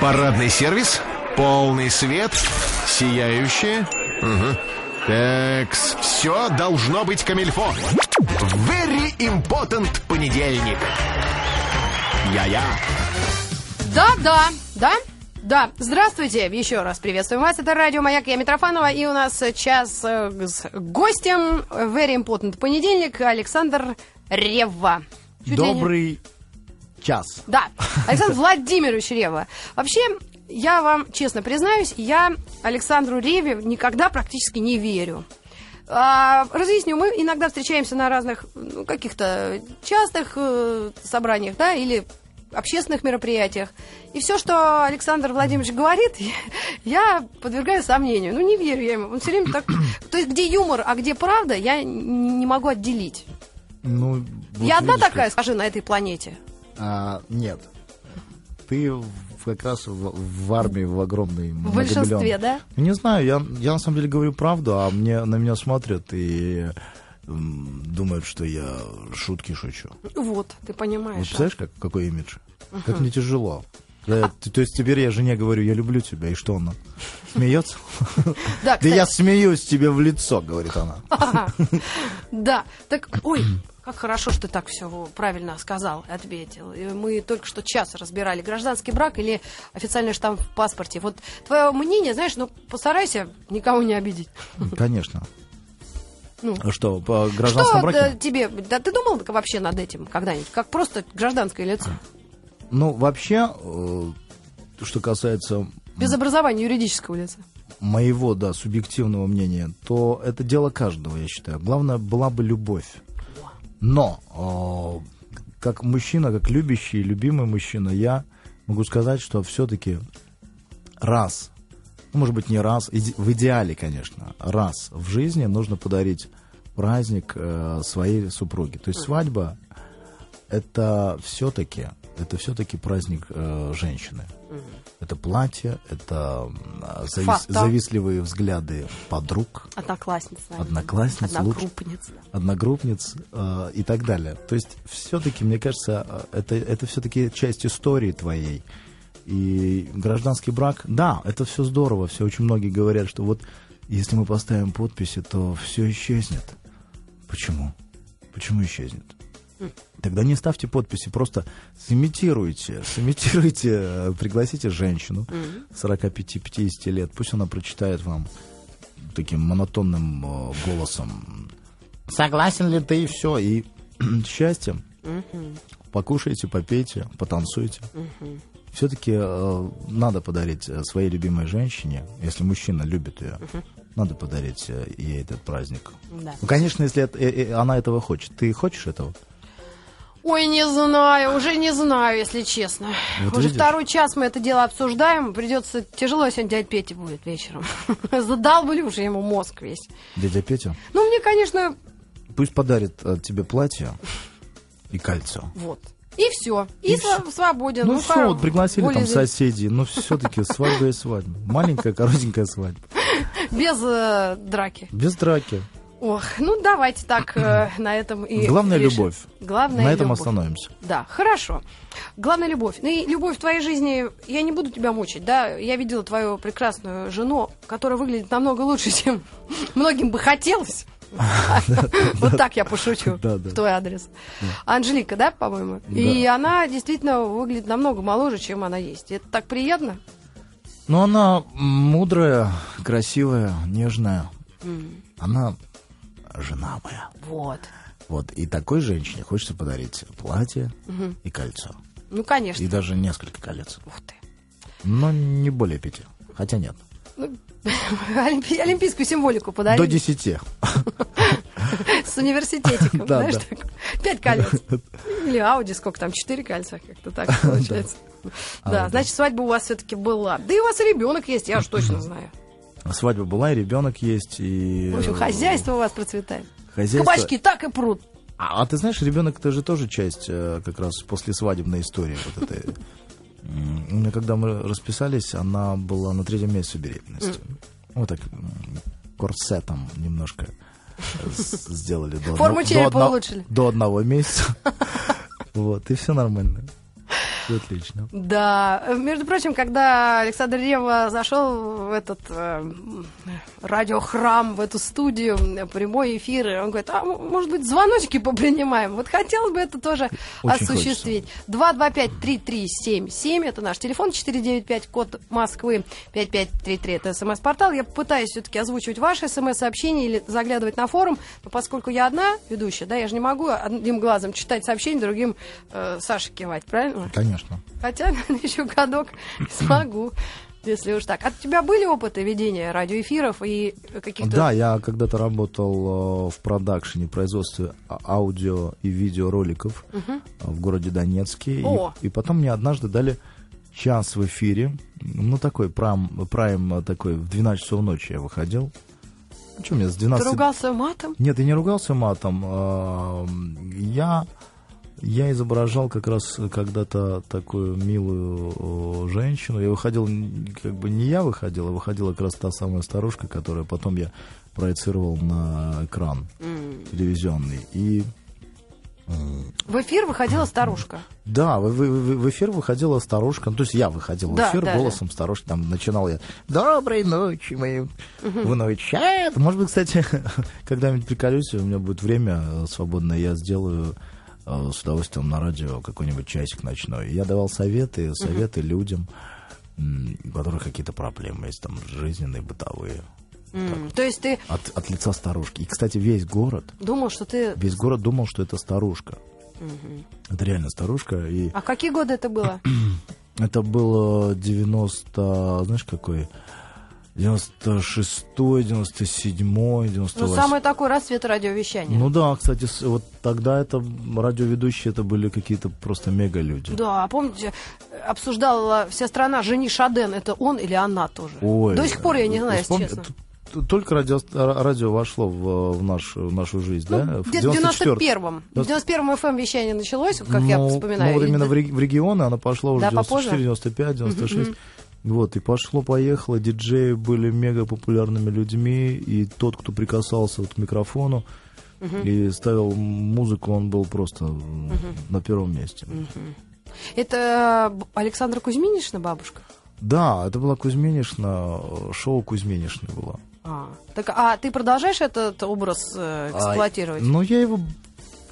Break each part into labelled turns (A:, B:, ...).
A: Парадный сервис, полный свет, сияющее. Угу. Такс, все должно быть камильфо. Very important понедельник. Я-я.
B: Да-да, да, да. Здравствуйте, еще раз приветствуем вас. Это радио Маяк, я Митрофанова, и у нас час э, с гостем Very Important понедельник Александр Рева. Чуть ли не-
C: Добрый час.
B: Да, Александр Владимирович Рева. Вообще, я вам честно признаюсь, я Александру Реве никогда практически не верю. А, разъясню, мы иногда встречаемся на разных ну, каких-то частых э, собраниях, да, или общественных мероприятиях. И все, что Александр Владимирович говорит, я подвергаю сомнению. Ну, не верю я ему. Он все время так... То есть, где юмор, а где правда, я н- не могу отделить.
C: Ну, вот
B: я одна
C: видишь,
B: такая, скажи, на этой планете.
C: как- а, нет. Ты в- как раз в, в армии в огромной
B: В большинстве,
C: многомиллион-
B: да?
C: Не знаю, я, я на самом деле говорю правду, а мне на меня смотрят и м, думают, что я шутки шучу.
B: Вот, ты
C: Вот
B: понимаешь. а?
C: представляешь, как, какой имидж? Как мне тяжело. Да, т- то есть теперь я жене говорю, я люблю тебя, и что она? Смеется?
B: Да,
C: Да
B: кстати.
C: я смеюсь тебе в лицо, говорит она.
B: Ага. Да, так, ой, как хорошо, что ты так все правильно сказал, и ответил. И Мы только что час разбирали, гражданский брак или официальный штамп в паспорте. Вот твое мнение, знаешь, ну постарайся никого не обидеть.
C: Конечно.
B: Ну.
C: А Что, по
B: Что
C: гражданскому браке?
B: э, тебе, да ты думал вообще над этим когда-нибудь, как просто гражданское лицо,
C: Ну, вообще, э, что касается
B: без образования юридического лица?
C: моего, да, субъективного мнения, то это дело каждого, я считаю. Главное, была бы любовь. Но, э, как мужчина, как любящий, любимый мужчина, я могу сказать, что все-таки раз, ну, может быть, не раз, иде- в идеале, конечно, раз в жизни нужно подарить праздник э, своей супруге. То есть свадьба это все-таки это все-таки праздник э, женщины. Это платье, это м, а, завис-
B: Фата.
C: завистливые взгляды подруг,
B: Одноклассница. наверное.
C: Одноклассница,
B: Одногруппница.
C: одногруппниц э, и так далее. То есть все-таки, мне кажется, э, это, это все-таки часть истории твоей. И гражданский брак, да, это все здорово. Все очень многие говорят, что вот если мы поставим подписи, то все исчезнет. Почему? Почему исчезнет? Хм. Тогда не ставьте подписи, просто сымитируйте, сымитируйте, э, пригласите женщину 45-50 лет, пусть она прочитает вам таким монотонным э, голосом. Согласен ли ты и все? И счастье. Покушайте, попейте, потанцуйте. Все-таки надо подарить э, своей любимой женщине, если мужчина любит ее, надо подарить э, ей этот праздник.
B: Да.
C: Ну, конечно, если это- э, э, она этого хочет. Ты хочешь этого?
B: Ой, не знаю, уже не знаю, если честно.
C: Вот
B: уже
C: Ну, видишь.
B: второй час мы это дело обсуждаем. Придется тяжело сегодня дядь Пете будет вечером. Задалбали уже ему мозг весь.
C: Дядя Петя,
B: Ну, мне, конечно,
C: пусть подарит э, тебе платье и кольцо.
B: вот. И все. И,
C: И
B: сва- свободен.
C: Ну, все,
B: пора
C: вот пригласили
B: более
C: там
B: за-
C: соседей, но все-таки свадьба и свадьба. Маленькая, коротенькая свадьба.
B: Без э, драки.
C: Без драки.
B: Ох, ну давайте так э, на этом и...
C: Главное
B: решим.
C: любовь.
B: Главное
C: На этом
B: любовь.
C: остановимся.
B: Да, хорошо. Главное любовь. Ну и любовь в твоей жизни, я не буду тебя мучить, да. Я видела твою прекрасную жену, которая выглядит намного лучше, чем многим бы хотелось. Вот так я пошучу
C: Да, да.
B: в твой адрес. Анжелика, да, по-моему?
C: Да.
B: И она действительно выглядит намного моложе, чем она есть. Это так приятно.
C: Но Ну, она мудрая, красивая, нежная.
B: М,
C: Она жена моя.
B: Вот.
C: Вот. И такой женщине хочется подарить платье и кольцо.
B: Ну,
C: И
B: конечно.
C: даже несколько колец.
B: Ух ты.
C: Но не более пяти. Хотя нет.
B: Ну, олимпи- Олимпийскую символику
C: До
B: подарили
C: десяти.
B: с университетиком,
C: Да,
B: знаешь,
C: да.
B: такой. пять колец. Или Ауди, сколько там, четыре кольца, как-то так получается. Да, значит, свадьба у вас все-таки была. Да и у вас ребенок есть, я уж точно знаю.
C: Свадьба была, и ребенок есть, и... э,
B: В общем, хозяйство у вас процветает.
C: Хозяйство.
B: Кабачки так и прут.
C: А, а ты знаешь, ребенок это же тоже часть э, как раз после свадебной истории вот этой. М, У меня, когда мы расписались, она была на третьем месяце беременности. Вот так м, корсетом немножко э, с- сделали. до
B: Форму
C: одно- до
B: черепа
C: одно-
B: улучшили.
C: До одного месяца. Вот, и все нормально. все отлично.
B: Да, э, между прочим, когда Александр Рева зашел в этот э, радиохрам, в эту студию, э, прямой эфир, и он говорит, а м- может быть звоночки попринимаем? Вот хотелось бы это тоже
C: Очень
B: осуществить. 225-3377, это наш телефон, 495, код Москвы, 5533, это смс-портал. Я пытаюсь все-таки озвучивать ваши смс-сообщения или заглядывать на форум, но поскольку я одна ведущая, да, я же не могу одним глазом читать сообщение, другим э, Саше кивать, правильно?
C: Конечно.
B: Хотя, наверное, еще годок смогу, если уж так. А у тебя были опыты ведения радиоэфиров и каких-то...
C: Да, я когда-то работал э, в продакшене, производстве а- аудио и видеороликов э, в городе Донецке. И-
B: О.
C: И, потом мне однажды дали час в эфире. Ну, такой прайм, прайм э, такой, в 12 часов ночи я выходил. Ну, что мне с
B: Ты
C: 12...
B: ругался матом?
C: Нет, я не ругался матом. а, Я, я изображал как раз когда-то такую милую э, женщину. Я выходил, н- как бы не я выходил, а выходила как раз та самая старушка, которую потом я проецировал на экран телевизионный. И
B: В эфир выходила старушка.
C: да, в, в- в- в эфир выходила старушка, ну, то есть я выходил
B: Да,
C: в эфир
B: да,
C: голосом старушки, там начинал я «Доброй ночи, мои вы ночи». А, это, Может быть, кстати, когда-нибудь приколюсь, и у меня будет время э, свободное, я сделаю э, с удовольствием на радио какой-нибудь часик ночной. Я давал советы, советы людям, м, у которых какие-то проблемы есть, там, жизненные, бытовые,
B: М, То есть ты
C: от, от лица старушки. И, кстати, весь город,
B: думал, что ты...
C: весь город думал, что это старушка. Это реально старушка, и...
B: А какие годы это было?
C: Это было 90, знаешь, какой? 96, 97, 98.
B: Ну, самый такой расцвет радиовещания.
C: Ну да, кстати, с- вот тогда это м, радиоведущие, это были какие-то просто мега люди.
B: Да, а помните, обсуждала вся страна Жени Шаден, это он или она тоже? До сих пор я не знаю, если
C: вспомни-
B: честно.
C: т- т- Только радио, ра- радио вошло в, в, наш, в нашу жизнь, да?
B: Ну, где-то в
C: 94-м.
B: 91-м. В 91-м FM эм вещание началось, вот как я
C: Ну,
B: вспоминаю.
C: Ну, вот
B: И
C: именно
B: д-
C: в, реги- в регионы она пошла уже
B: Да,
C: 94,
B: попозже.
C: 95, 96. Вот, и пошло-поехало, диджеи были мега популярными людьми, и тот, кто прикасался вот к микрофону и ставил музыку, он был просто м, на первом месте.
B: Это б- Александра Кузьминична бабушка?
C: Да, это была Кузьминишна, э, шоу Кузьминишна было.
B: А, так, а ты продолжаешь этот образ э, эксплуатировать?
C: А, ну, я его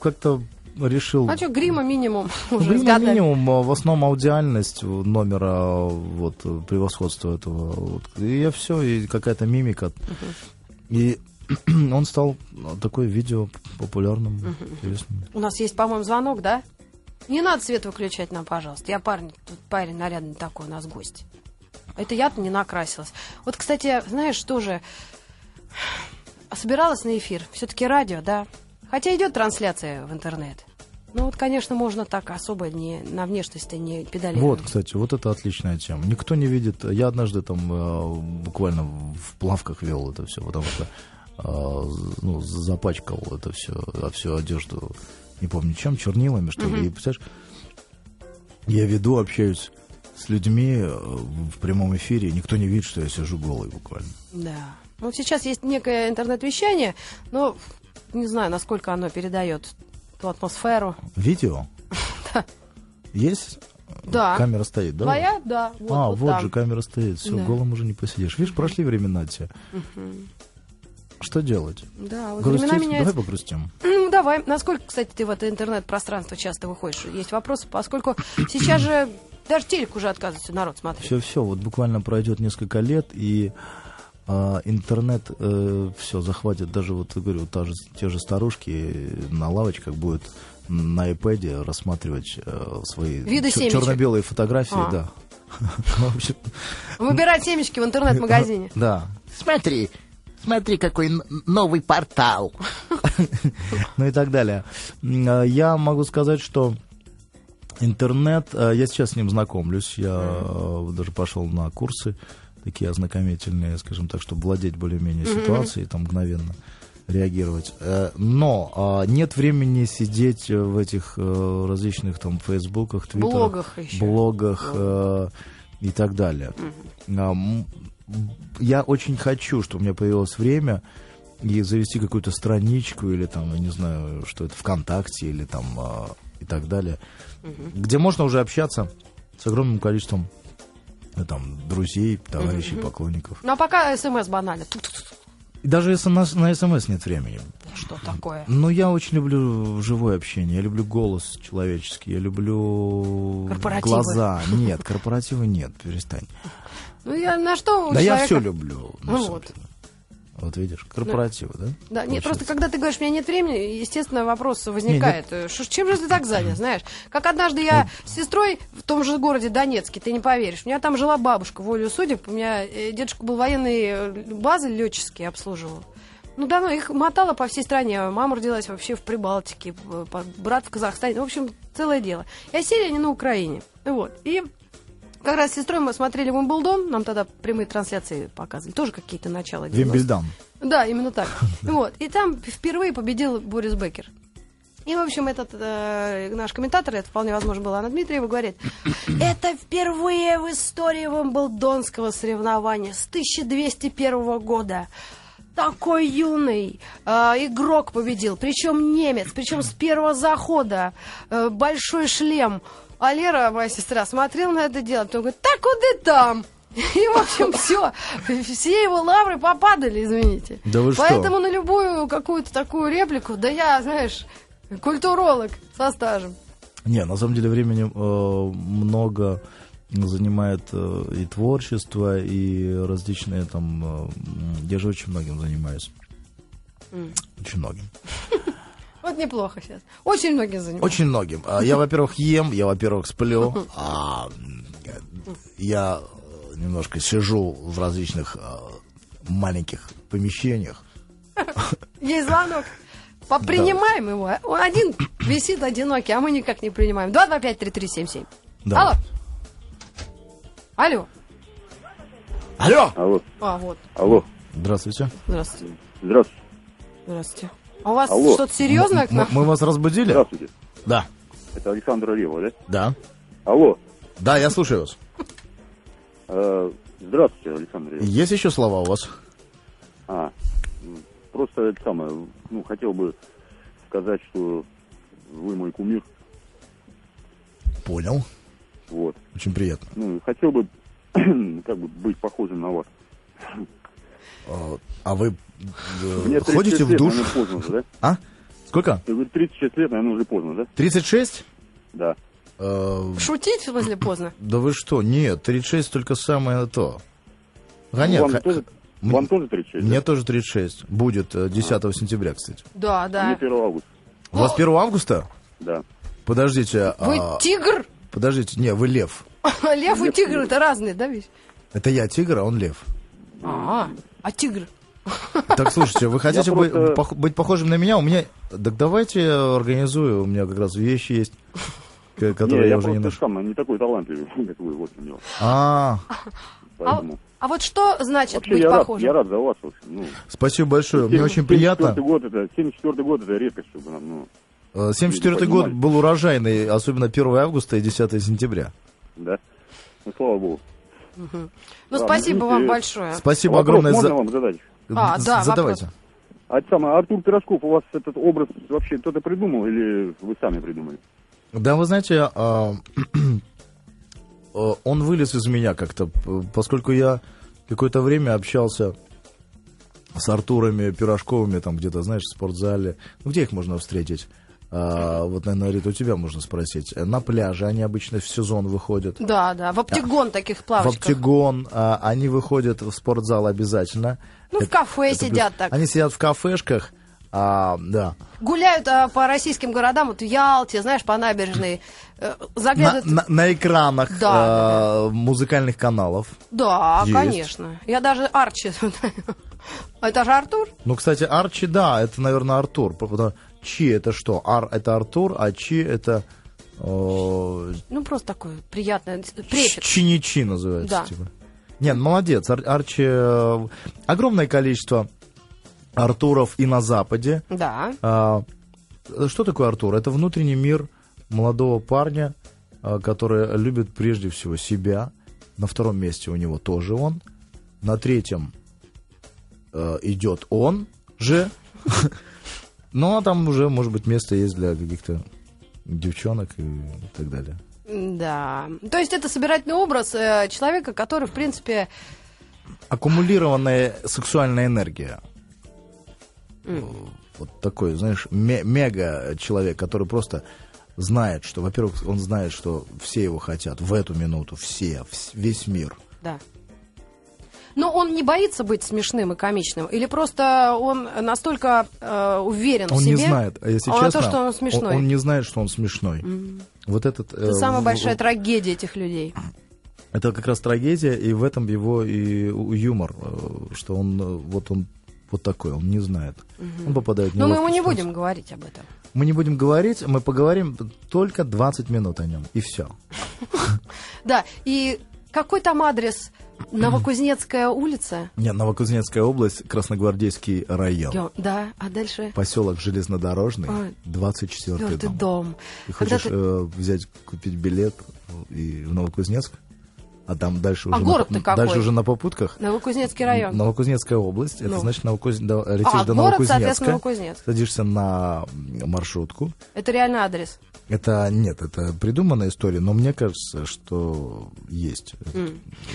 C: как-то решил...
B: А что, грима минимум
C: Ну,
B: уже
C: блин,
B: сгадали.
C: минимум, а, в основном аудиальность э, номера, э, вот, э, превосходство этого. вот. И я все, и какая-то мимика. И он стал э, такой видео популярным, интересным.
B: У нас есть, по-моему, звонок, да? Не надо свет выключать нам, пожалуйста. Я парень, тут парень нарядный такой, у нас гость. Это я-то не накрасилась. Вот, кстати, знаешь, тоже собиралась на эфир. Все-таки радио, да? Хотя идет трансляция в интернет. Ну вот, конечно, можно так особо не, на внешность не педалировать.
C: Вот, кстати, вот это отличная тема. Никто не видит. Я однажды там э, буквально в плавках вел это все, потому что э, з- ну, запачкал это все, всю одежду, не помню чем, чернилами, что ли. И, представляешь, я веду, общаюсь с людьми э, в прямом эфире, и никто не видит, что я сижу голый буквально.
B: Да. Ну, сейчас есть некое интернет-вещание, но не знаю, насколько оно передает ту атмосферу.
C: Видео? Есть?
B: Да.
C: Камера стоит, да?
B: Твоя? Да. Вот,
C: а,
B: вот
C: вот,
B: там.
C: же камера стоит, все,
B: Да.
C: голым уже не посидишь. Видишь, прошли времена те. Что делать?
B: Да, вот
C: Грустить?
B: времена меняются.
C: Давай погрустим.
B: Ну, давай. Насколько, кстати, ты в это интернет-пространство часто выходишь? Есть вопросы, поскольку сейчас же даже телек уже отказывается народ смотреть.
C: Все-все, вот буквально пройдет несколько лет, и а, интернет все захватит. Даже вот, я говорю, та же, те же старушки на лавочках будут на iPad рассматривать э, свои
B: Виды семечек.
C: черно-белые фотографии,
B: А.
C: да. Ну, в общем,
B: Выбирать семечки в интернет-магазине.
C: Да.
D: Смотри, смотри, какой н- новый портал.
C: ну и так далее. М, а, Я могу сказать, что интернет, а, я сейчас с ним знакомлюсь, я э, даже пошел на курсы такие ознакомительные, скажем так, чтобы владеть более-менее ситуацией, там мгновенно реагировать. Э, Но а, нет времени сидеть э, в этих э, различных там фейсбуках, твиттерах,
B: Блогах ещё.
C: блогах э, и так далее. А, м, Я очень хочу, чтобы у меня появилось время и завести какую-то страничку или там, я не знаю, что это, ВКонтакте или там а, и так далее, где можно уже общаться с огромным количеством э, там, друзей, товарищей, поклонников.
B: Ну а пока смс банально. Ту-ту-ту.
C: И даже смс, на смс нет времени.
B: Что такое?
C: Но я очень люблю живое общение, я люблю голос человеческий, я люблю
B: Корпоративы.
C: глаза. Нет, корпоратива нет, перестань.
B: Ну я на что у
C: да
B: человека-
C: я все люблю. на
B: Ну
C: самом
B: вот.
C: деле. Вот видишь, корпоративы, да?
B: Да, нет,
C: Получается.
B: просто когда ты говоришь, у меня нет времени, естественно, вопрос возникает. э, «Ш- чем же ты так занят, знаешь? Как однажды я с сестрой в том же городе Донецке, ты не поверишь, у меня там жила бабушка, волю судеб, у меня э, дедушка был военный, э, базы летческие обслуживал. Ну, давно их мотало по всей стране. Мама родилась вообще в Прибалтике, э, по- брат в Казахстане. Ну, В общем, целое дело. Я сели, они на Украине. Вот. И как раз с сестрой мы смотрели Wimbledon, нам тогда прямые трансляции показывали, тоже какие-то начала 90-х.
C: Вимбельдам.
B: Да, именно так. Вот. И там впервые победил Борис Беккер. И, в общем, этот э, наш комментатор, это вполне возможно была Анна Дмитриева, говорит, это впервые в истории Вимблдонского соревнования с 1201 года. Такой юный э, игрок победил, причем немец, причем с первого захода, э, большой шлем. А Лера, моя сестра, смотрела на это дело, потом говорит, так куда там? И, в общем, все. Все его лавры попадали, извините.
C: Да вы что?
B: Поэтому на любую какую-то такую реплику, да я, знаешь, культуролог со стажем.
C: Не, на самом деле времени э, много занимает э, и творчество, и различные там... э, м, я же очень многим занимаюсь. Очень многим.
B: Вот неплохо сейчас. Очень многие занимаются.
C: Очень многим. А, Я, во-первых, ем, я, во-первых, сплю. а, м, я э, немножко сижу в различных э, маленьких помещениях.
B: Есть звонок. Попринимаем его. а? Он один висит одинокий, а мы никак не принимаем. 225-3377.
C: Да.
B: Алло. Алло.
C: Алло!
E: Алло,
B: А, вот.
E: алло,
C: Здравствуйте.
B: Здравствуйте.
E: здравствуйте,
B: Здравствуйте. А у вас
E: Алло.
B: что-то серьезное к
C: М-
B: нам?
C: Мы вас разбудили?
E: здравствуйте.
C: Да.
E: Это Александр Рева, да?
C: Да.
E: Алло,
C: Да, я слушаю вас.
E: э, здравствуйте, Александр Рева.
C: Есть еще слова у вас?
E: А, м, просто это самое, ну, хотел бы сказать, что вы мой кумир,
C: Понял.
E: вот.
C: Очень приятно.
E: Ну, и хотел бы как бы быть похожим на вас.
C: А а вы э,
E: Мне 36
C: ходите в
E: лет,
C: душ?
E: наверное, поздно уже, да?
C: А? Сколько?
E: Я говорю, 36 лет, наверное, уже поздно, да?
C: 36?
E: Да.
C: Э,
B: Шутить, в смысле, поздно.
C: да вы что? Нет, 36 только самое то. Гоня,
E: вам,
C: А х-
E: тоже,
C: м-
E: вам тоже 36,
C: Мне тоже 36. Будет э, 10 сентября, кстати.
B: Да,
E: да? Мне
B: да.
E: 1 августа,
C: У вас 1 августа?
E: да.
C: Подождите.
B: Вы
C: а,
B: тигр?
C: Подождите. Не, вы лев.
B: Лев и тигр это разные, да, ведь?
C: Это я тигр, а он лев.
B: А, а тигр?
C: Так, слушайте, вы хотите
E: Я
C: бы-
E: просто-
C: пох- быть похожим на меня? У меня... Так давайте я организую. У меня как раз вещи есть, к- которые
E: Не,
C: я
E: я
C: уже не
E: просто
C: ношу.
E: сам не такой талантливый, как вы, вот у него.
C: А,
B: А,
E: Поэтому...
B: а вот что значит
E: Вообще,
B: быть
E: я рад,
B: похожим?
E: я рад за вас. вообще, Ну,
C: спасибо большое. Мне очень приятно.
E: 74-й год это, 74 год это редкость, чтобы нам, ну,
C: Э, 74
E: Понимаю.
C: год был урожайный, особенно 1 августа и 10 сентября.
E: да. Ну, слава богу.
B: Ну,
E: Да,
B: спасибо вам
E: извините.
B: большое.
C: Спасибо
E: Вопрос
C: огромное
E: можно
C: за...
E: вам задать?
B: А,
C: З-
B: да,
C: Задавайте.
E: А это самое, Артур Пирожков, у вас этот образ вообще кто-то придумал или вы сами придумали?
C: Да, вы знаете, а, э, он вылез из меня как-то, п- поскольку я какое-то время общался с Артурами Пирожковыми, там где-то, знаешь, в спортзале. Ну, где их можно встретить? А, вот, наверное, Рита, у тебя можно спросить. Э, На пляже они обычно в сезон выходят.
B: Да, да, в оптигон таких
C: В
B: плавочках.
C: оптигон. а, они выходят в спортзал обязательно.
B: Ну, в кафе
C: плюс.
B: сидят так.
C: Они сидят в кафешках, а, да.
B: Гуляют а, по российским городам, вот в Ялте, знаешь, по набережной. э,
C: На,
B: Заглядывают.
C: на- на экранах
B: Да, да,
C: а, музыкальных каналов.
B: Да,
C: Есть.
B: конечно. Я даже Арчи. А Это же Артур?
C: Ну, кстати, Арчи, да, это, наверное, Артур. Потому- Чи это что? Ар это Артур, а Чи это э,
B: Ну, просто такой приятный
C: Ч-
B: префикс.
C: Чиничи называется.
B: Да.
C: Типа. Нет, молодец. Ар- Арчи э, огромное количество Артуров и на Западе.
B: Да.
C: А, что такое Артур? Это внутренний мир молодого парня, а, который любит прежде всего себя. На втором месте у него тоже он. На третьем э, идет он же. Ну, а там уже, может быть, место есть для каких-то девчонок и так далее.
B: Да. То есть это собирательный образ э, человека, который, в принципе,
C: Аккумулированная сексуальная энергия. Э, Вот такой, знаешь, ме- мега человек, который просто знает, что, во-первых, он знает, что все его хотят в эту минуту, все, вс- весь мир.
B: да. Но он не боится быть смешным и комичным, или просто он настолько э, уверен
C: Он
B: в себе.
C: не знает, а если
B: а
C: честно,
B: то, что он смешной.
C: он не знает, что он смешной. Вот этот. э,
B: Это самая
C: в-
B: большая трагедия этих людей.
C: Это как раз трагедия, и в этом его и у- юмор, э, что он э, вот он вот такой, он не знает. Он попадает в
B: Но Ну, мы ему
C: неловкую
B: не
C: ситуацию.
B: будем говорить об этом.
C: Мы не будем говорить, мы поговорим только 20 минут о нем, и все.
B: Да, и какой там адрес? Новокузнецкая улица?
C: Нет, Новокузнецкая область, Красногвардейский район.
B: Ё- Да, а дальше?
C: Поселок Железнодорожный,
B: Ой,
C: 24
B: Четвертый
C: дом.
B: дом.
C: Ты
B: Когда
C: хочешь
B: ты-
C: э, взять, купить билет и в Новокузнецк, а там дальше
B: А
C: уже,
B: город-то
C: на,
B: какой?
C: дальше уже на попутках.
B: Новокузнецкий район.
C: Новокузнецкая область, это
B: Ну.
C: значит Новокуз... до- летишь
B: А,
C: до
B: город,
C: Новокузнецка,
B: соответственно, Новокузнецк.
C: садишься на м, маршрутку.
B: Это реально адрес.
C: Это нет, это придуманная история, но мне кажется, что есть.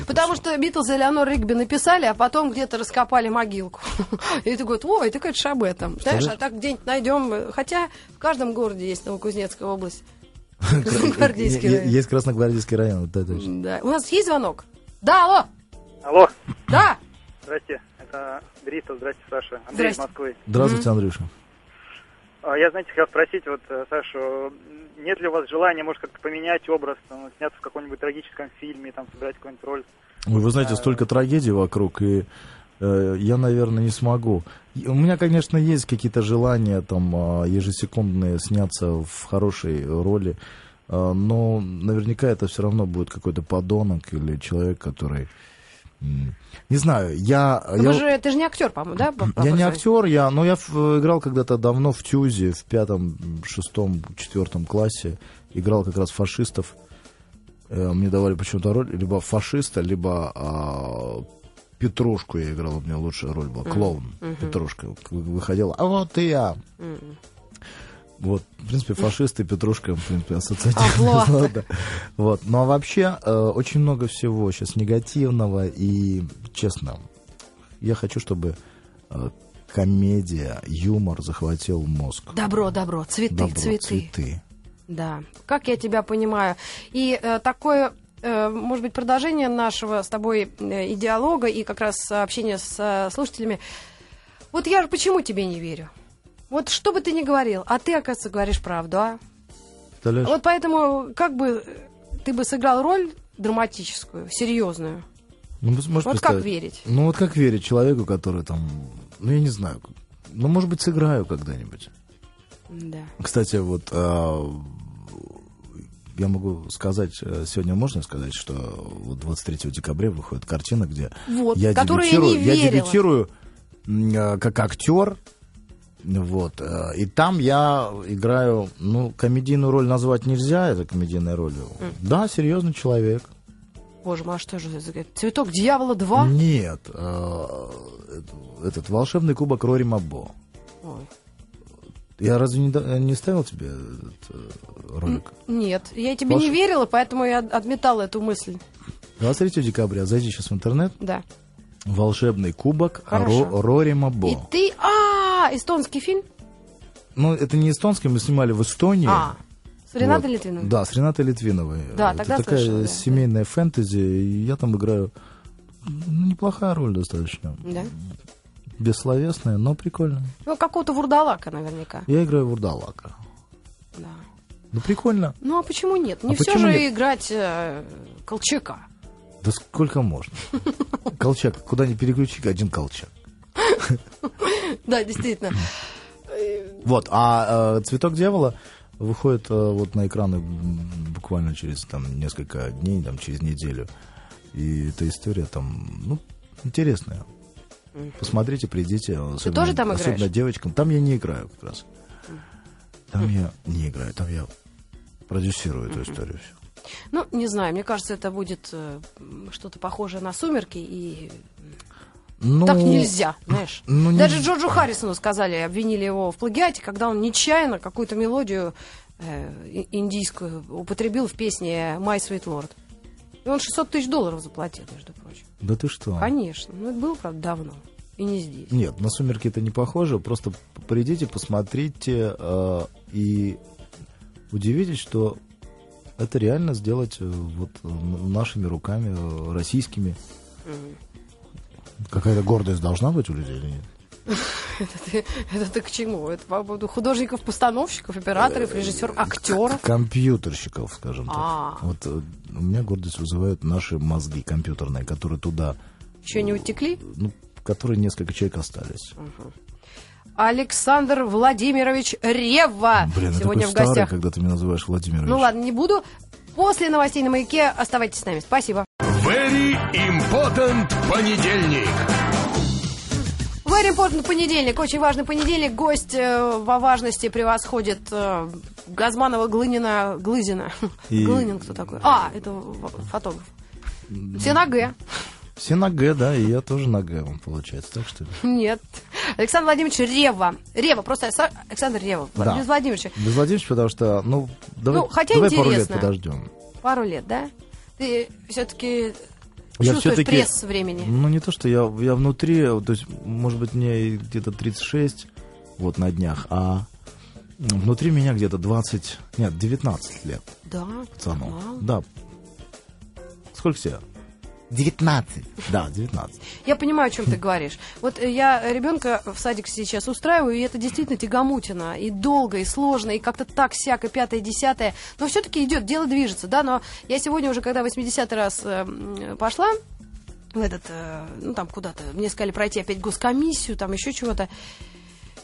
B: Потому что Битлз и Леонор Ригби написали, а потом где-то раскопали могилку. И ты говоришь, ой, ты конечно об этом. Знаешь, а так где-нибудь найдем. Хотя в каждом городе есть Новокузнецкая область. Красногвардейский
C: Е- е-
B: район.
C: Есть Красногвардейский район, да, точно.
B: Да. У нас есть звонок? Да, алло!
F: Алло,
B: Да!
F: здрасте, это Дристов, здрасте, Саша, Андрей из
B: Здрасте.
F: Москвы.
C: Здравствуйте, Андрюша.
F: А, Я, знаете, хотел спросить, вот, э, Сашу, м, нет ли у вас желания, может, как-то поменять образ, там, сняться в каком-нибудь трагическом фильме, там, сыграть какую-нибудь роль?
C: Ой, вы знаете, столько трагедий вокруг, и э, я, наверное, не смогу. И У меня, конечно, есть какие-то желания там э, ежесекундные сняться в хорошей роли, э, но наверняка это все равно будет какой-то подонок или человек, который... м, Не знаю, А я...
B: Ну,
C: я...
B: вы же, ты же не актер, по-моему, да? по- по
C: Я не
B: профессии?
C: актер, я, но я в- играл когда-то давно в Тюзе, в пятом, шестом, четвертом классе. Играл как раз фашистов. Э, Мне давали почему-то роль либо фашиста, либо а, Петрушку я играл, у меня лучшая роль была. Клоун Петрушка К- выходила. А вот и я. Вот, в принципе, фашисты, Петрушка, в принципе, ассоциативные
B: Амплуа.
C: слова, да. Вот. Ну а вообще, э, очень много всего сейчас негативного, и, честно, я хочу, чтобы э, комедия, юмор захватил мозг.
B: Добро, добро, цветы,
C: Добро,
B: цветы.
C: цветы.
B: Да, как я тебя понимаю. И э, такое, э, может быть, продолжение нашего с тобой э, и диалога, и как раз общения с э, слушателями. Вот я же почему тебе не верю? Вот что бы ты ни говорил, а ты, оказывается, говоришь правду, а?
C: Представляешь?
B: Вот поэтому как бы э, ты бы сыграл роль драматическую, серьезную.
C: Ну, можешь
B: вот как
C: представить?
B: верить?
C: Ну вот как верить человеку, который там, ну я не знаю, ну может быть сыграю когда-нибудь.
B: Да.
C: Кстати, вот а, я могу сказать, э, сегодня можно сказать, что вот 23 декабря выходит картина, где
B: Вот,
C: я,
B: которой я
C: дебютирую,
B: не
C: я
B: верила.
C: дебютирую м, э, как актер. Вот. э, И там я играю, ну, комедийную роль назвать нельзя, это комедийной ролью. Да, серьезный человек.
B: Боже мой, а что же это? Цветок дьявола 2?
C: Нет, э, это- этот волшебный кубок Рори Мабо.
B: Ой.
C: Я разве не, да- не ставил тебе этот э, ролик?
B: Нет, я тебе не
C: Ваш-
B: верила, поэтому я отметала эту мысль.
C: 23 декабря зайди сейчас в интернет.
B: Да.
C: Волшебный кубок
B: Хорошо.
C: Ро- Рори Мабо.
B: И ты... А, эстонский фильм?
C: Ну, это не эстонский, мы снимали в Эстонии.
B: А, с Ренатой
C: Вот.
B: Литвиновой?
C: Да, с Ренатой Литвиновой.
B: Да,
C: это
B: тогда
C: такая
B: слышала, да.
C: семейная фэнтези, и я там играю. Ну, неплохая роль достаточно.
B: Да.
C: Бессловесная, но прикольная.
B: Ну, какого-то вурдалака наверняка.
C: Я играю вурдалака.
B: Да.
C: Ну, прикольно.
B: Ну, а почему нет? Не
C: А
B: все
C: почему
B: же
C: нет?
B: играть э, Колчака.
C: Да сколько можно? Колчак, куда ни переключи, один колчак.
B: Да, действительно.
C: Хм. Вот, а э, «Цветок дьявола» выходит э, вот на экраны м, буквально через там несколько дней, там через неделю. И эта история там, ну, интересная. Посмотрите, придите. особенно-
B: тоже там
C: Особенно
B: играешь?
C: девочкам. Там я не играю как раз. Там я не играю, там я продюсирую эту историю. всю.
B: Ну, не знаю, мне кажется, это будет э, м, что-то похожее на «Сумерки», и
C: Ну,
B: так нельзя, знаешь.
C: ну, не-
B: Даже Джорджу Харрисону сказали, обвинили его в плагиате, когда он нечаянно какую-то мелодию э, э, и- индийскую употребил в песне «My Sweet Lord». И он 600 тысяч долларов заплатил, между прочим.
C: Да ты что?
B: Конечно. Ну, это было, правда, давно. И не здесь.
C: Нет, на сумерки это не похоже. Просто п- придите, посмотрите э, и удивитесь, что это реально сделать э, вот э, н- нашими руками, э, российскими. Какая-то гордость должна быть у людей или нет?
B: Это ты, это ты к чему? Это по поводу художников-постановщиков, операторов,
C: Э,
B: режиссеров, актеров.
C: Компьютерщиков, скажем так.
B: А.
C: Вот э, у меня гордость вызывают наши мозги компьютерные, которые туда,
B: Еще не утекли?
C: ну, которые несколько человек остались.
B: Александр Владимирович Рева
C: Блин,
B: сегодня
C: я такой
B: в гостях.
C: старый, когда ты меня называешь Владимирович.
B: Ну ладно, не буду. После новостей на маяке оставайтесь с нами. Спасибо.
A: Very Important понедельник.
B: Very important понедельник. Очень важный понедельник. Гость э, во важности превосходит э, Газманова Глынина. Глызина.
C: И-
B: Глынин кто такой? А, это в- фотограф. Все на «Г».
C: Все на Г, да, и я тоже на Г, он получается, так что ли?
B: Нет. Александр Владимирович Рева. Рева, просто Аса- Александр Рева.
C: Да.
B: Без Владимировича.
C: Без Владимирович, потому что, ну, давай,
B: Ну, хотя
C: давай пару лет
B: интересно.
C: подождем.
B: Пару лет, да? Ты все-таки
C: Я
B: чувствуешь
C: всё-таки-
B: пресс времени.
C: Ну, не то, что я, я внутри, то есть, может быть, мне и где-то 36, вот, на днях, а ну, внутри меня где-то 20, нет, 19 лет,
B: Да.
C: пацану.
B: Вау.
C: Да. Сколько тебе?
D: 19.
C: Да, 19.
B: Я понимаю, о чем ты говоришь. Вот э, я ребенка в садик сейчас устраиваю, и это действительно тягомутина. И долго, и сложно, и как-то так, сяк, и пятое, и десятое. Но все-таки идет, дело движется, да. Но я сегодня уже, когда 80-й раз э, м, пошла в этот, э, ну там куда-то, мне сказали пройти опять госкомиссию, там еще чего-то.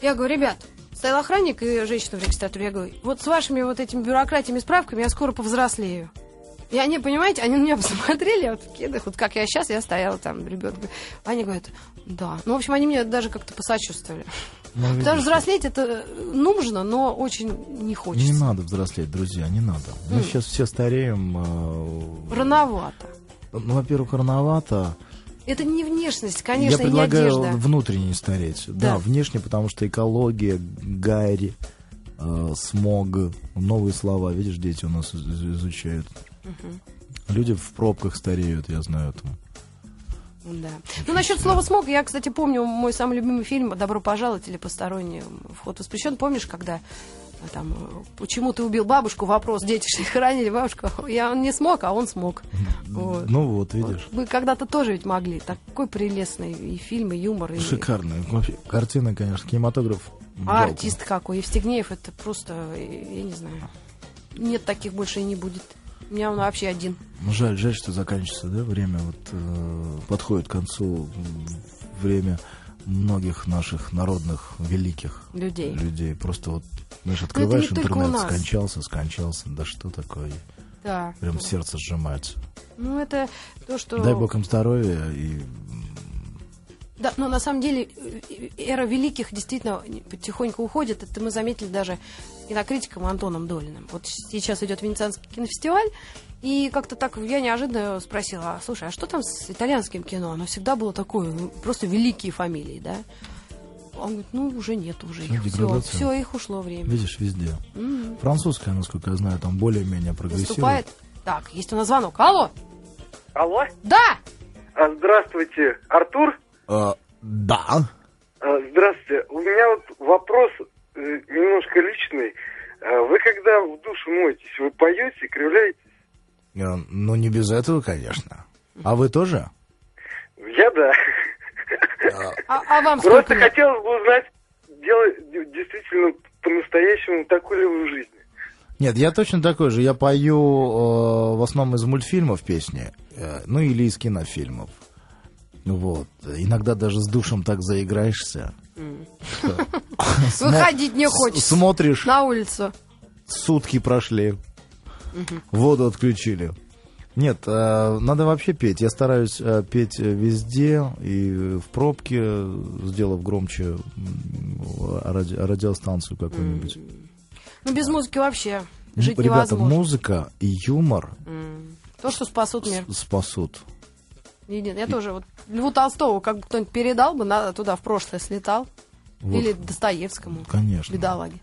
B: Я говорю, ребят, стоял охранник и женщина в регистратуре. Я говорю, вот с вашими вот этими бюрократиями, справками я скоро повзрослею. И они, понимаете, они на меня посмотрели, я вот в кедах, вот как я сейчас, я стояла там, ребенка. Они говорят, да. Ну, в общем, они мне даже как-то посочувствовали.
C: Ну,
B: Потому что взрослеть это э, нужно, но очень не
C: Не
B: хочется.
C: надо взрослеть, друзья, не надо. Мы сейчас все стареем. э,
B: Рановато.
C: Ну, во-первых, рановато.
B: Это не внешность, конечно,
C: Я
B: и не
C: предлагаю
B: одежда.
C: внутренне стареть. Да.
B: Да.
C: внешне, потому что экология, гарь, э, смог, новые слова. Видишь, дети у нас из- из- изучают. Люди в пробках стареют, я знаю это.
B: Да. Ну, насчет слова смог, я, кстати, помню мой самый любимый фильм «Добро пожаловать» или «Посторонний вход воспрещен». Помнишь, когда э, там, э, почему ты убил бабушку, вопрос, дети что хоронили бабушку, я он не смог, а он смог. Вот.
C: Ну вот, видишь.
B: Вы когда-то тоже ведь могли. Такой прелестный и фильм, и юмор, и...
C: Шикарная вообще картина, конечно, кинематограф.
B: А
C: жалко.
B: артист какой. Евстигнеев, это просто, э, я не знаю, нет таких больше и не будет. У меня он вообще один.
C: Ну, Жаль, жаль, что заканчивается, да, время вот э, подходит к концу м, время многих наших народных великих
B: Людей. Ну,
C: людей. Просто вот, знаешь,
B: не
C: открываешь
B: только у
C: интернет,
B: нас.
C: скончался, скончался, да что такое?
B: Да.
C: Прям сердце сжимается.
B: Ну, это то, что...
C: Дай бог им здоровья и
B: Да, но на самом деле э, э, эра великих действительно потихоньку уходит. Это мы заметили даже с кинокритиком Антоном Долиным. Вот сейчас идет Венецианский кинофестиваль, и как-то так я неожиданно спросила, «А, слушай, а что там с итальянским кино? Оно всегда было такое, ну, просто великие фамилии, да? Он говорит, ну, уже нет, уже
C: Ну,
B: их все,
C: деградация.
B: все, их ушло время.
C: видишь везде. Французская, насколько я знаю, там более-менее прогрессирует.
B: Наступает... Так, есть у нас звонок. Алло!
G: Алло,
B: Да!
G: А, здравствуйте, Артур.
C: А, да.
G: А, Здравствуйте. У меня вот вопрос э, немножко личный. А, Вы когда в душу моетесь, вы поете, кривляетесь?
C: Э, Ну, не без этого, конечно. А вы тоже?
G: Я да.
B: А, а вам сколько
G: Просто
B: лет?
G: хотелось бы узнать, дело действительно по-настоящему такой ли вы в жизни.
C: Нет, я точно такой же. Я пою э, в основном из мультфильмов песни, э, ну или из кинофильмов. Вот. Иногда даже с душем так заиграешься. Что-
B: Выходить не
C: Смо-
B: хочется.
C: с- Смотришь,
B: На улицу.
C: сутки прошли, воду отключили. Нет, э, надо вообще петь. Я стараюсь э, петь э, везде и в пробке, э, сделав громче м, ради- радиостанцию какую-нибудь.
B: Ну, без музыки вообще
C: Ну,
B: жить
C: Ребята,
B: невозможно.
C: музыка и юмор
B: То, что спасут мир.
C: с- спасут.
B: Един- Я тоже вот Льву Толстого как бы кто-нибудь передал бы, надо туда в прошлое слетал.
C: Вот.
B: Или Достоевскому.
C: Конечно.
B: Бедолаге.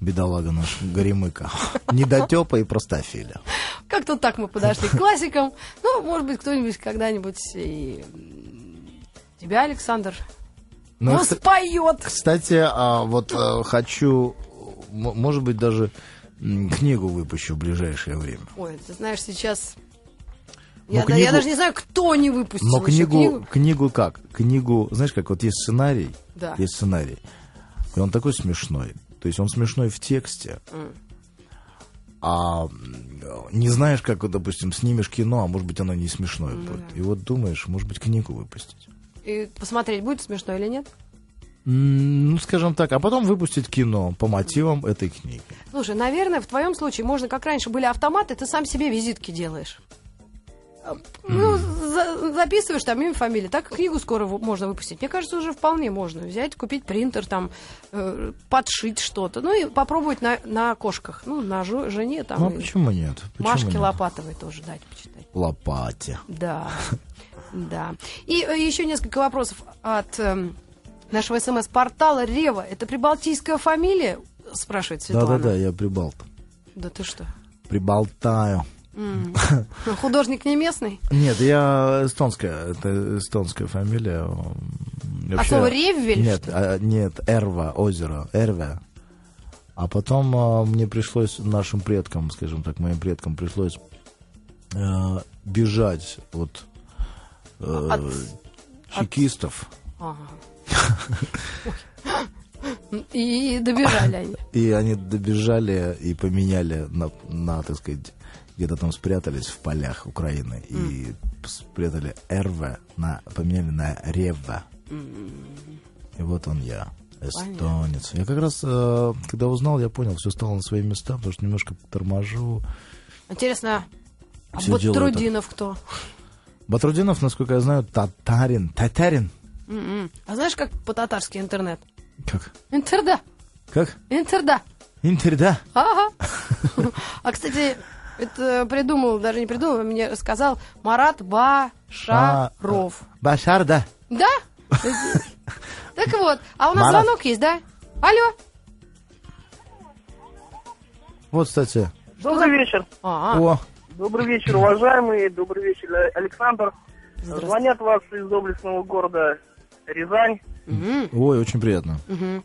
C: бедолага наш Горемыка, недотепа и простофиля.
B: Как-то так мы подошли к классикам. Ну, может быть, кто-нибудь когда-нибудь и м, тебя, Александр,
C: Ну,
B: ну,
C: это-
B: споет.
C: Кстати, а, вот а, хочу, м- может быть, даже м, книгу выпущу в ближайшее время.
B: Ой, ты знаешь, сейчас...
C: Ну,
B: я, да- я
C: книгу-
B: даже не знаю, кто не выпустил
C: Но
B: еще
C: книгу, книгу как? Книгу, знаешь, как вот есть сценарий,
B: Да.
C: есть сценарий, и он такой смешной. То есть он смешной в тексте, а м, не знаешь, как, вот, допустим, снимешь кино, а может быть, оно не смешное будет. И вот думаешь, может быть, книгу выпустить.
B: И посмотреть, будет смешно или нет.
C: М, Ну, скажем так, а потом выпустить кино по мотивам этой книги.
B: Слушай, наверное, в твоем случае можно, как раньше были автоматы, ты сам себе визитки делаешь. А, Ну, за- записываешь там имя, фамилия. Так и книгу скоро вы- можно выпустить. Мне кажется, уже вполне можно взять, купить принтер, там, э, подшить что-то. Ну и попробовать на, на кошках. Ну, на жо- жене там.
C: Ну, а
B: и
C: почему нет? Почему
B: Машке
C: нет?
B: Лопатовой тоже дать почитать.
C: Лопате.
B: Да, да. И э, еще несколько вопросов от эм, нашего СМС-портала Рева. Это прибалтийская фамилия? Спрашивает Светлана.
C: Да-да-да, я прибалт.
B: Да ты что?
C: Прибалтаю.
B: М. Ну, Художник не местный?
C: Нет, я эстонская, это эстонская фамилия. М, вообще-
B: А слово «ревель»,
C: Нет,
B: что
C: а, нет, Эрва, озеро, Эрве. А потом а, мне пришлось, нашим предкам, скажем так, моим предкам пришлось э, бежать от, э,
B: От-
C: чекистов.
B: Ага. Ой. И добежали они.
C: И они добежали и поменяли на, на, так сказать, где-то там спрятались в полях Украины и спрятали РВ, на, поменяли на Ревва. И вот он я, эстонец. Я как раз, э, когда узнал, я понял, все стало на свои места, потому что немножко торможу.
B: Интересно, а
C: Всё
B: вот
C: делаю так.
B: Трудинов кто?
C: Батрудинов, насколько я знаю, татарин. Татарин?
B: М-м. А знаешь, как по-татарски интернет?
C: Как?
B: Интерда,
C: Как?
B: интерда.
C: Интерда?
B: Ага. А, кстати, это придумал, даже не придумал, а мне рассказал Марат Башаров.
C: Башарда.
B: Да? Так вот, а у нас
C: э. Марат.
B: звонок есть, да? Алло.
C: Вот, кстати.
H: Добрый вечер.
B: А,
C: О,
H: Добрый вечер, уважаемые. Добрый вечер, Э, Александр.
B: Здравствуйте.
H: Звонят вас из доблестного города Рязань.
B: м.
C: ой, очень приятно.
B: Мгм.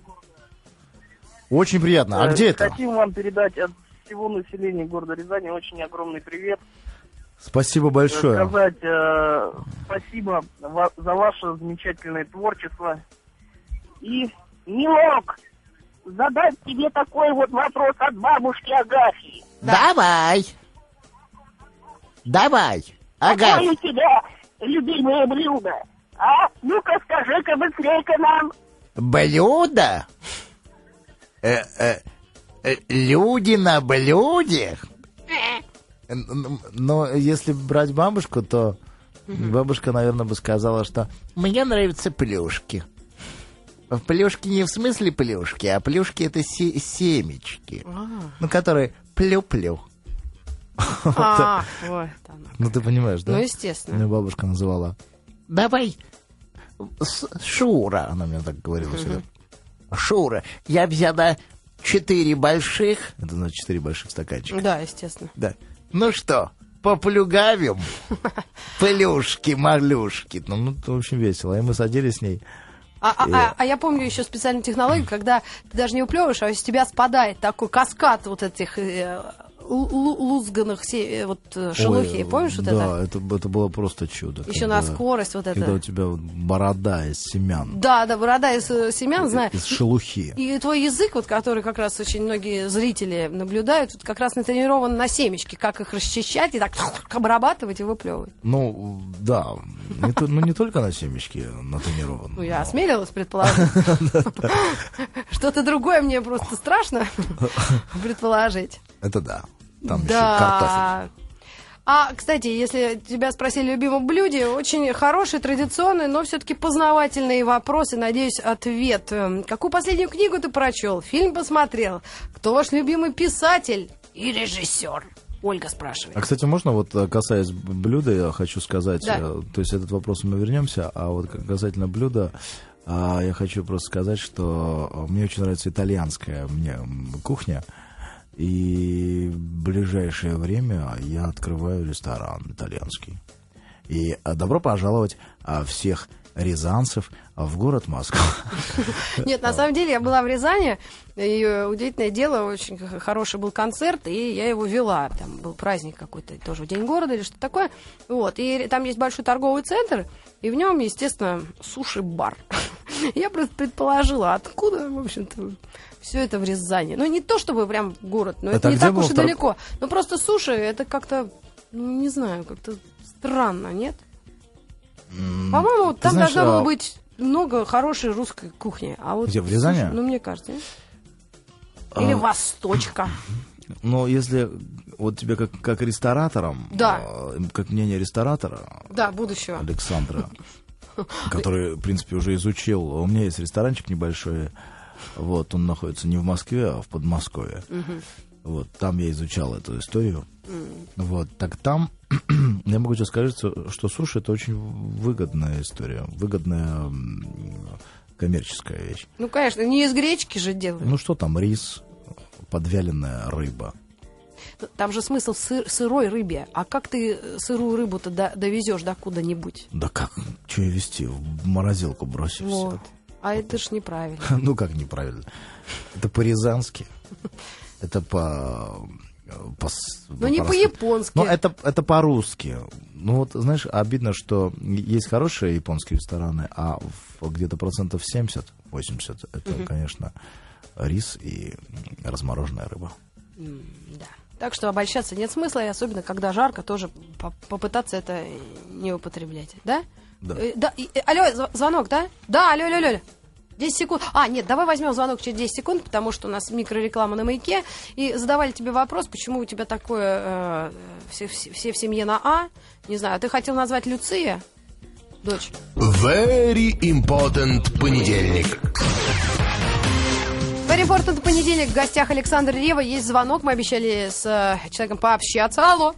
C: Очень приятно. А
H: Э,
C: где это?
H: Хотим вам передать э, от всего населения города Рязани очень огромный привет.
C: Спасибо большое.
H: Сказать э, спасибо ва- за ваше замечательное творчество. И, милок, задать тебе такой вот вопрос от бабушки Агафьи.
D: Давай. Давай. Ага.
H: Какое у тебя любимое блюдо? А? Ну-ка скажи-ка быстрее-ка нам.
D: Блюдо. Э, э, э, Люди на блюде.
C: Н- н- Но если брать бабушку, то бабушка, наверное, бы сказала, что
D: Мне нравятся плюшки. Плюшки не в смысле плюшки, а плюшки это се- семечки. Ну, которые плю-плю.
B: А, вот оно.
C: Ну, ты понимаешь, да?
B: Ну, естественно.
C: Меня бабушка называла.
D: Давай, с- Шура,
C: Она мне так говорила всегда.
D: Шура, я взяла четыре больших.
C: Это значит четыре больших стаканчика.
B: Да, естественно.
D: Да. Ну что, поплюгавим?
C: Плюшки, малюшки. Ну, ну, это очень весело. И мы садились с ней.
B: А, а- а- а я помню еще специальную технологию, когда ты даже не уплевываешь, а из тебя спадает такой каскад вот этих э, лу- лу- лузганных се- э, вот э, шелухи.
C: Ой,
B: Помнишь вот
C: да,
B: это?
C: это? это было просто чудо.
B: Еще
C: когда-
B: на скорость вот
C: Когда у
B: это.
C: тебя вот борода из семян.
B: Да, да, борода из э, семян, знаю.
C: Из шелухи.
B: И твой язык, вот который как раз очень многие зрители наблюдают, вот как раз натренирован на семечки, как их расчищать и так обрабатывать и выплевывать.
C: Ну, да. Не то- ну, не только на семечке натренирован.
B: Ну, я
C: но-
B: осмелилась предположить. Что-то другое мне просто страшно предположить.
C: Это да. Там еще
B: Да.
C: картофель.
B: А, кстати, если тебя спросили о любимом блюде, очень хороший, традиционный, но все-таки познавательные вопросы, надеюсь, ответ. Эм, Какую последнюю книгу ты прочел? Фильм посмотрел? Кто ваш любимый писатель и режиссер? Ольга спрашивает.
C: А, кстати, можно вот э, касаясь б- блюда, я хочу сказать,
B: Да.
C: э, то есть этот вопрос мы вернемся, а вот к- касательно блюда, э, А, я хочу просто сказать, что э, мне очень нравится итальянская мне м, кухня. И в ближайшее время я открываю ресторан итальянский. И а, добро пожаловать а, всех рязанцев а, в город Москва.
B: Нет,
C: А.
B: на самом деле я была в Рязани, и э, удивительное дело, очень х- хороший был концерт, и я его вела. Там был праздник какой-то, тоже День города или что-то такое. Вот, и там есть большой торговый центр, и в нем, естественно, суши-бар. Я просто предположила, откуда, в общем-то, все это в Рязани. Ну, не то чтобы прям город, но это
C: Это
B: не
C: А где
B: так
C: был
B: уж и
C: тор-
B: далеко. Но просто суши, это как-то, ну, не знаю, как-то странно, нет? По-моему,
C: Ты
B: там
C: знаешь,
B: должно было
C: а,
B: быть много хорошей русской кухни. А вот
C: Где, в Рязани?
B: слушай, ну, мне кажется. нет? Или
C: А.
B: Восточка.
C: Но если вот тебе как, как ресторатором,
B: Да.
C: э, как мнение ресторатора,
B: Да, будущего.
C: Александра, который, в принципе, уже изучил. У меня есть ресторанчик небольшой. Вот, он находится не в Москве, а в Подмосковье. Вот, там я изучал эту историю. Вот, так там я могу тебе сказать, что что суши это очень выгодная история, выгодная м, коммерческая вещь.
B: Ну, конечно, не из гречки же делают.
C: Ну что там, рис, подвяленная рыба.
B: Там же смысл в сыр- сырой рыбе. А как ты э, сырую рыбу-то до- довезешь до куда-нибудь?
C: Да как, что ее вести, в морозилку бросишь всё
B: Вот. А это ж неправильно.
C: Ну как неправильно? Это по-рязански. Это по... по
B: Ну, не по-японски.
C: Ну, это, это по-русски. Ну, вот, знаешь, обидно, что есть хорошие японские рестораны, а в- где-то процентов 70-80 это, конечно, рис и размороженная рыба.
B: Да. Так что обольщаться нет смысла, и особенно когда жарко, тоже по- попытаться это не употреблять. Да?
C: Да.
B: Э, и- э, алло, зв- звонок, да? Да, алло, алло, алло, алло. 10 секунд. А, нет, давай возьмем звонок через 10 секунд, потому что у нас микрореклама на маяке. И задавали тебе вопрос, почему у тебя такое э, все, все, все в семье на А. Не знаю, ты хотел назвать Люция, дочь?
A: Very important понедельник.
B: Very Important понедельник. В гостях Александр Рева. Есть звонок. Мы обещали с э, человеком пообщаться. Алло.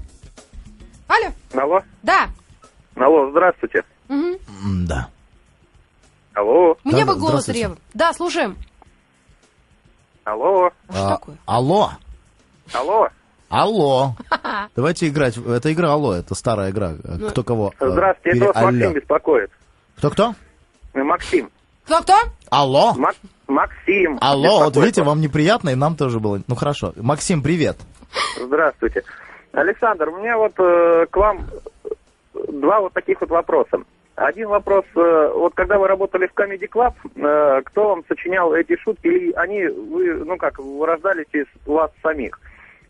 B: Алло.
F: Алло?
B: Да.
F: Алло, здравствуйте.
B: Мгм.
C: Да.
F: Алло,
B: Мне
C: Да,
B: бы
C: да,
B: голос
C: здравствуйте.
B: ревы. Да, слушаем.
F: алло,
B: А что такое?
C: Алло!
F: алло.
C: Алло! Давайте играть. в- Это игра Алло, это старая игра.
B: Ну,
C: Кто кого? э,
F: Здравствуйте, это вас Максим
C: переалло.
F: беспокоит.
C: Кто-кто?
F: Максим.
B: Кто-кто?
C: Алло!
F: Мак- Максим.
C: Алло, вот
F: беспокоит
C: видите, вам неприятно, и нам тоже было. Ну хорошо. Максим, привет.
F: Здравствуйте. Александр, у меня вот э, к вам два вот таких вот вопроса. Один вопрос, э, вот когда вы работали в Comedy Club, э, кто вам сочинял эти шутки, или они, вы, ну как, вырождались из вас самих?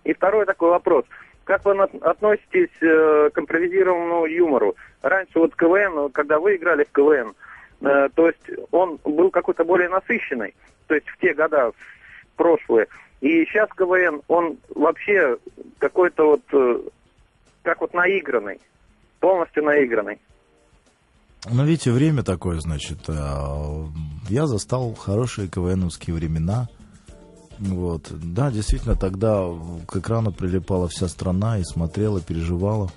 F: И второй такой вопрос. Как вы на- относитесь э, к импровизированному юмору? Раньше вот КВН, вот когда вы играли в КВН, э, то есть он был какой-то более насыщенный, то есть в те года, в прошлые. И сейчас КВН, он вообще какой-то вот, э, как вот наигранный, полностью наигранный.
C: Ну, видите, время такое, значит. э, Я застал хорошие КВНовские времена. Вот. Да, действительно, тогда к экрану прилипала вся страна и смотрела, переживала.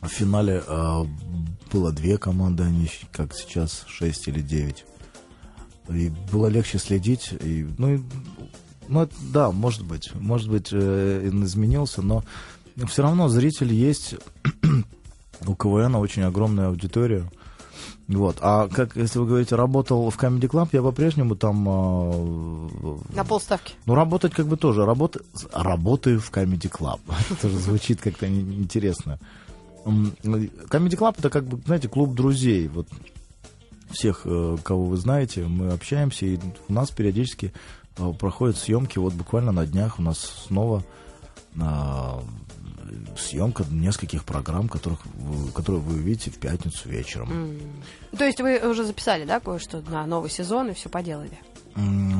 C: В финале э, было две команды, а не щ- как сейчас шесть или девять. И было легче следить. И, ну, и- ну, это- да, может быть. Может быть, э, он изменился, но все равно зритель есть. У КВН очень огромная аудитория. Вот. А как, если вы говорите, работал в Comedy Club, я по-прежнему там... э,
B: На полставки.
C: ну, работать как бы тоже. Работа... с- Работаю в Comedy Club. Это же звучит как-то не- неинтересно. М, ну, Comedy Club это как бы, знаете, клуб друзей. Вот всех, э, кого вы знаете, мы общаемся, и у нас периодически э, проходят съемки. Вот буквально на днях у нас снова а, съемка нескольких программ, которых вы- которые вы увидите в пятницу вечером.
B: То есть вы уже записали, да, кое-что на новый сезон и все поделали?
C: М,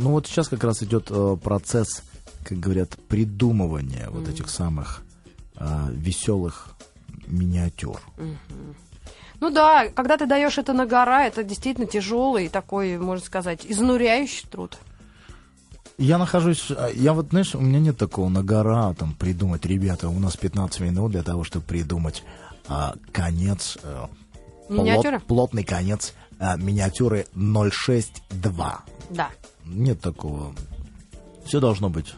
C: Ну вот сейчас как раз идет э, процесс, как говорят, придумывания вот этих самых веселых миниатюр.
B: Ну да, когда ты даешь это на гора, это действительно тяжелый такой, можно сказать, изнуряющий труд.
C: Я нахожусь, э, я вот, знаешь, у меня нет такого на гора там придумать, ребята, у нас 15 минут для того, чтобы придумать а, конец, э, плот-
B: Миниатюра?
C: плотный конец а, миниатюры 062.
B: Да.
C: Нет такого. Все должно быть.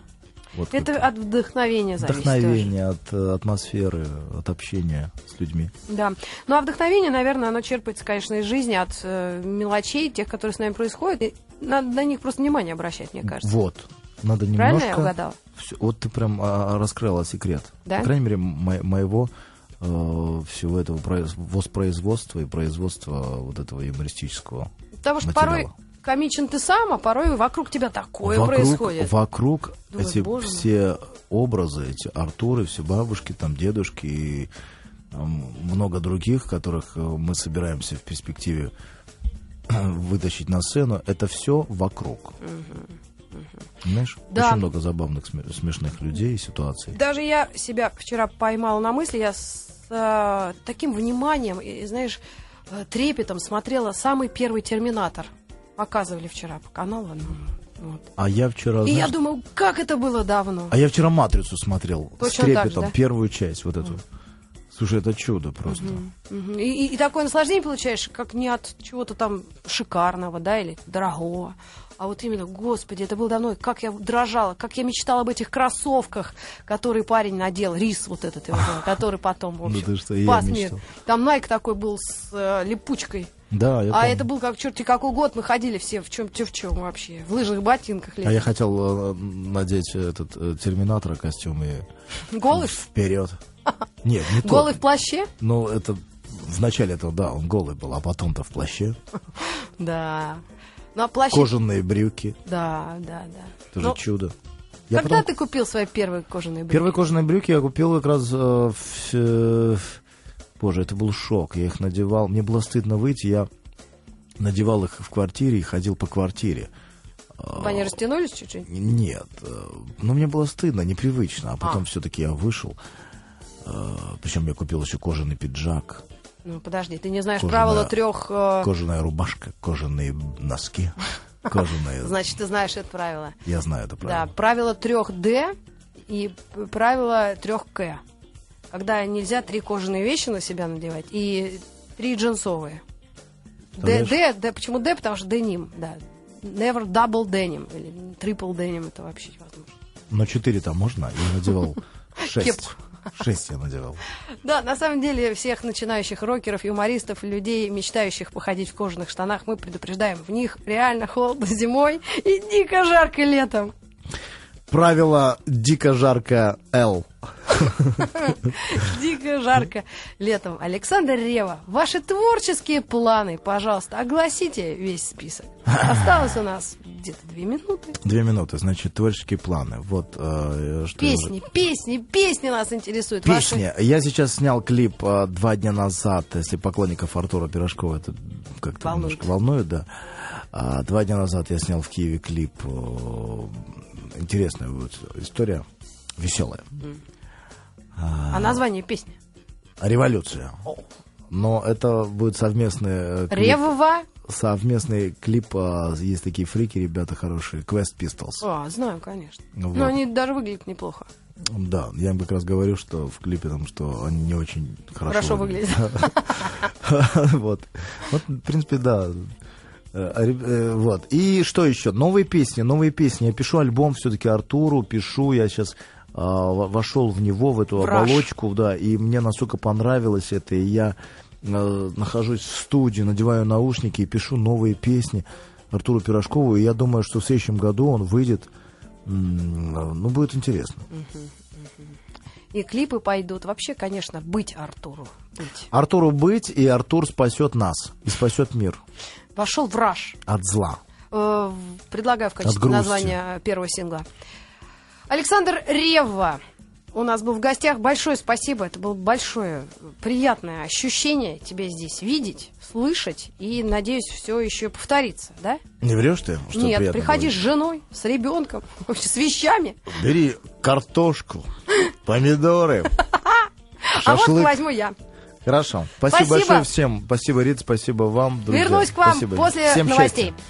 C: Вот
B: Это
C: как-то.
B: от вдохновения зависит. тоже.
C: Вдохновение от э, атмосферы, от общения с людьми.
B: Да. Ну а вдохновение, наверное, оно черпается, конечно, из жизни, от э, мелочей, тех, которые с нами происходят. И надо на них просто внимание обращать, мне кажется.
C: Вот. Надо немножко...
B: Правильно я угадала?
C: Всё- вот ты прям а, раскрыла секрет.
B: Да?
C: По крайней мере, мо- моего э, всего этого произ- воспроизводства и производства вот этого юмористического.
B: Потому что
C: материала.
B: порой комичен ты сам, а порой вокруг тебя такое
C: вокруг,
B: происходит.
C: Вокруг
B: Думаешь,
C: эти
B: боже мой.
C: все образы, эти Артуры, все бабушки, там дедушки и м, много других, которых э, мы собираемся в перспективе вытащить на сцену, это все вокруг. Знаешь,
B: Да.
C: очень много забавных, сме- смешных людей и ситуаций.
B: Даже я себя вчера поймала на мысли, я с э, таким вниманием, и, знаешь, э, трепетом смотрела самый первый «Терминатор». Показывали вчера по каналу. ну, вот.
C: А я вчера...
B: И я
C: знаешь,
B: думаю, как это было давно.
C: А я вчера «Матрицу» смотрел
B: Точно
C: с
B: так же,
C: трепетом,
B: да?
C: первую часть вот эту. Слушай, это чудо просто.
B: Мгм. И, и- и такое наслаждение получаешь, как не от чего-то там шикарного, да, или дорогого. А вот именно, господи, это было давно, и как я дрожала, как я мечтала об этих кроссовках, которые парень надел, рис вот этот его, был, который потом, в
C: Ну
B: общем,
C: ты что, и я
B: спас мир.
C: мечтал.
B: Там Найк такой был с э, липучкой.
C: Да, я
B: а
C: помню.
B: это был как черти какой год, мы ходили все в чем те в чем вообще, в лыжных ботинках
C: А я
B: летом.
C: хотел э, надеть этот э, терминатора костюм и
B: Голый, в-
C: вперед. Нет, не
B: голый
C: то.
B: в плаще?
C: Ну, это вначале это, да, он голый был, а потом-то в плаще.
B: Да. На плаще?
C: Кожаные брюки.
B: Да, да, да.
C: Это же
B: А Ну,
C: чудо. Я
B: Когда
C: потом-
B: ты купил свои первые кожаные брюки?
C: Первые кожаные брюки я купил как раз... э, в, э, в- Боже, это был шок. Я их надевал. Мне было стыдно выйти. Я надевал их в квартире и ходил по квартире.
B: Они растянулись чуть-чуть?
C: Нет. э, Ну, мне было стыдно, непривычно. А потом все-таки я вышел. Причем я купил еще кожаный пиджак,
B: Ну, подожди, ты не знаешь
C: Кожаная-
B: правила трех... э,
C: кожаная рубашка, кожаные носки, кожаные...
B: Значит, ты знаешь это правило.
C: Я знаю это
B: Да,
C: правильно.
B: правило трех Д и п- правило трех К. Когда нельзя три кожаные вещи на себя надевать и три джинсовые. Д,
C: Представляешь?
B: Д, Д, почему Д? Потому что деним, да. Never double denim или triple denim, это вообще невозможно.
C: Но четыре там можно? Я надевал шесть.
B: Кепку.
C: Шесть я надевал.
B: Да, на самом деле всех начинающих рокеров, юмористов, людей, мечтающих походить в кожаных штанах, мы предупреждаем, в них реально холодно зимой и дико жарко летом.
C: Правило дико жарко Л.
B: Дико жарко летом. Александр Рева, ваши творческие планы, пожалуйста, огласите весь список. Осталось у нас где-то две минуты.
C: Две минуты, значит, творческие планы. Вот э, что я уже-
B: Песни, песни, песни нас интересуют. Ваши-
C: Песня. Я сейчас снял клип э, два дня назад. Если поклонников Артура Пирожкова это как-то
B: Волнует.
C: немножко волнует, да. А, два дня назад я снял в Киеве клип. э, интересная вот история. Веселая.
B: А название песни?
C: Революция. Но это будет совместный э, клип.
B: Ревова.
C: Совместный клип. э, есть такие фрики, ребята хорошие. Quest Pistols.
B: А, знаю, конечно.
C: Вот.
B: Но ну они даже выглядят неплохо.
C: Да, я им как раз говорю, что в клипе там, что они не очень хорошо,
B: Хорошо выглядят.
C: Вот. Вот, в принципе, да. Э, а реб- э, Вот. И что еще? Новые песни, новые песни. Я пишу альбом все-таки Артуру, пишу. Я сейчас вошел в него, в эту
B: Раш.
C: оболочку, да, и мне настолько понравилось это, и я э, нахожусь в студии, надеваю наушники и пишу новые песни Артуру Пирожкову, и я думаю, что в следующем году он выйдет, М, ну, будет интересно.
B: И клипы пойдут. Вообще, конечно, быть Артуру. Быть.
C: Артуру быть, и Артур спасет нас, и спасет мир
B: Вошел в раж.
C: от зла.
B: Э, в- Предлагаю в
C: От
B: качестве
C: грусти.
B: названия первого сингла. Александр Ревва у нас был в гостях. Большое спасибо. Это было большое, приятное ощущение тебя здесь видеть, слышать. И, надеюсь, все еще повторится, да?
C: Не врешь ты? Что
B: Нет,
C: приятно
B: приходи
C: будет?
B: с женой, с ребенком, вообще с вещами.
C: Бери картошку, помидоры,
B: А вот
C: шашлык.
B: возьму я.
C: Хорошо. Спасибо,
B: Спасибо.
C: большое всем. Спасибо, Рит, спасибо вам, друзья.
B: Вернусь к вам
C: Спасибо.
B: после
C: Всем
B: новостей.
C: счастья.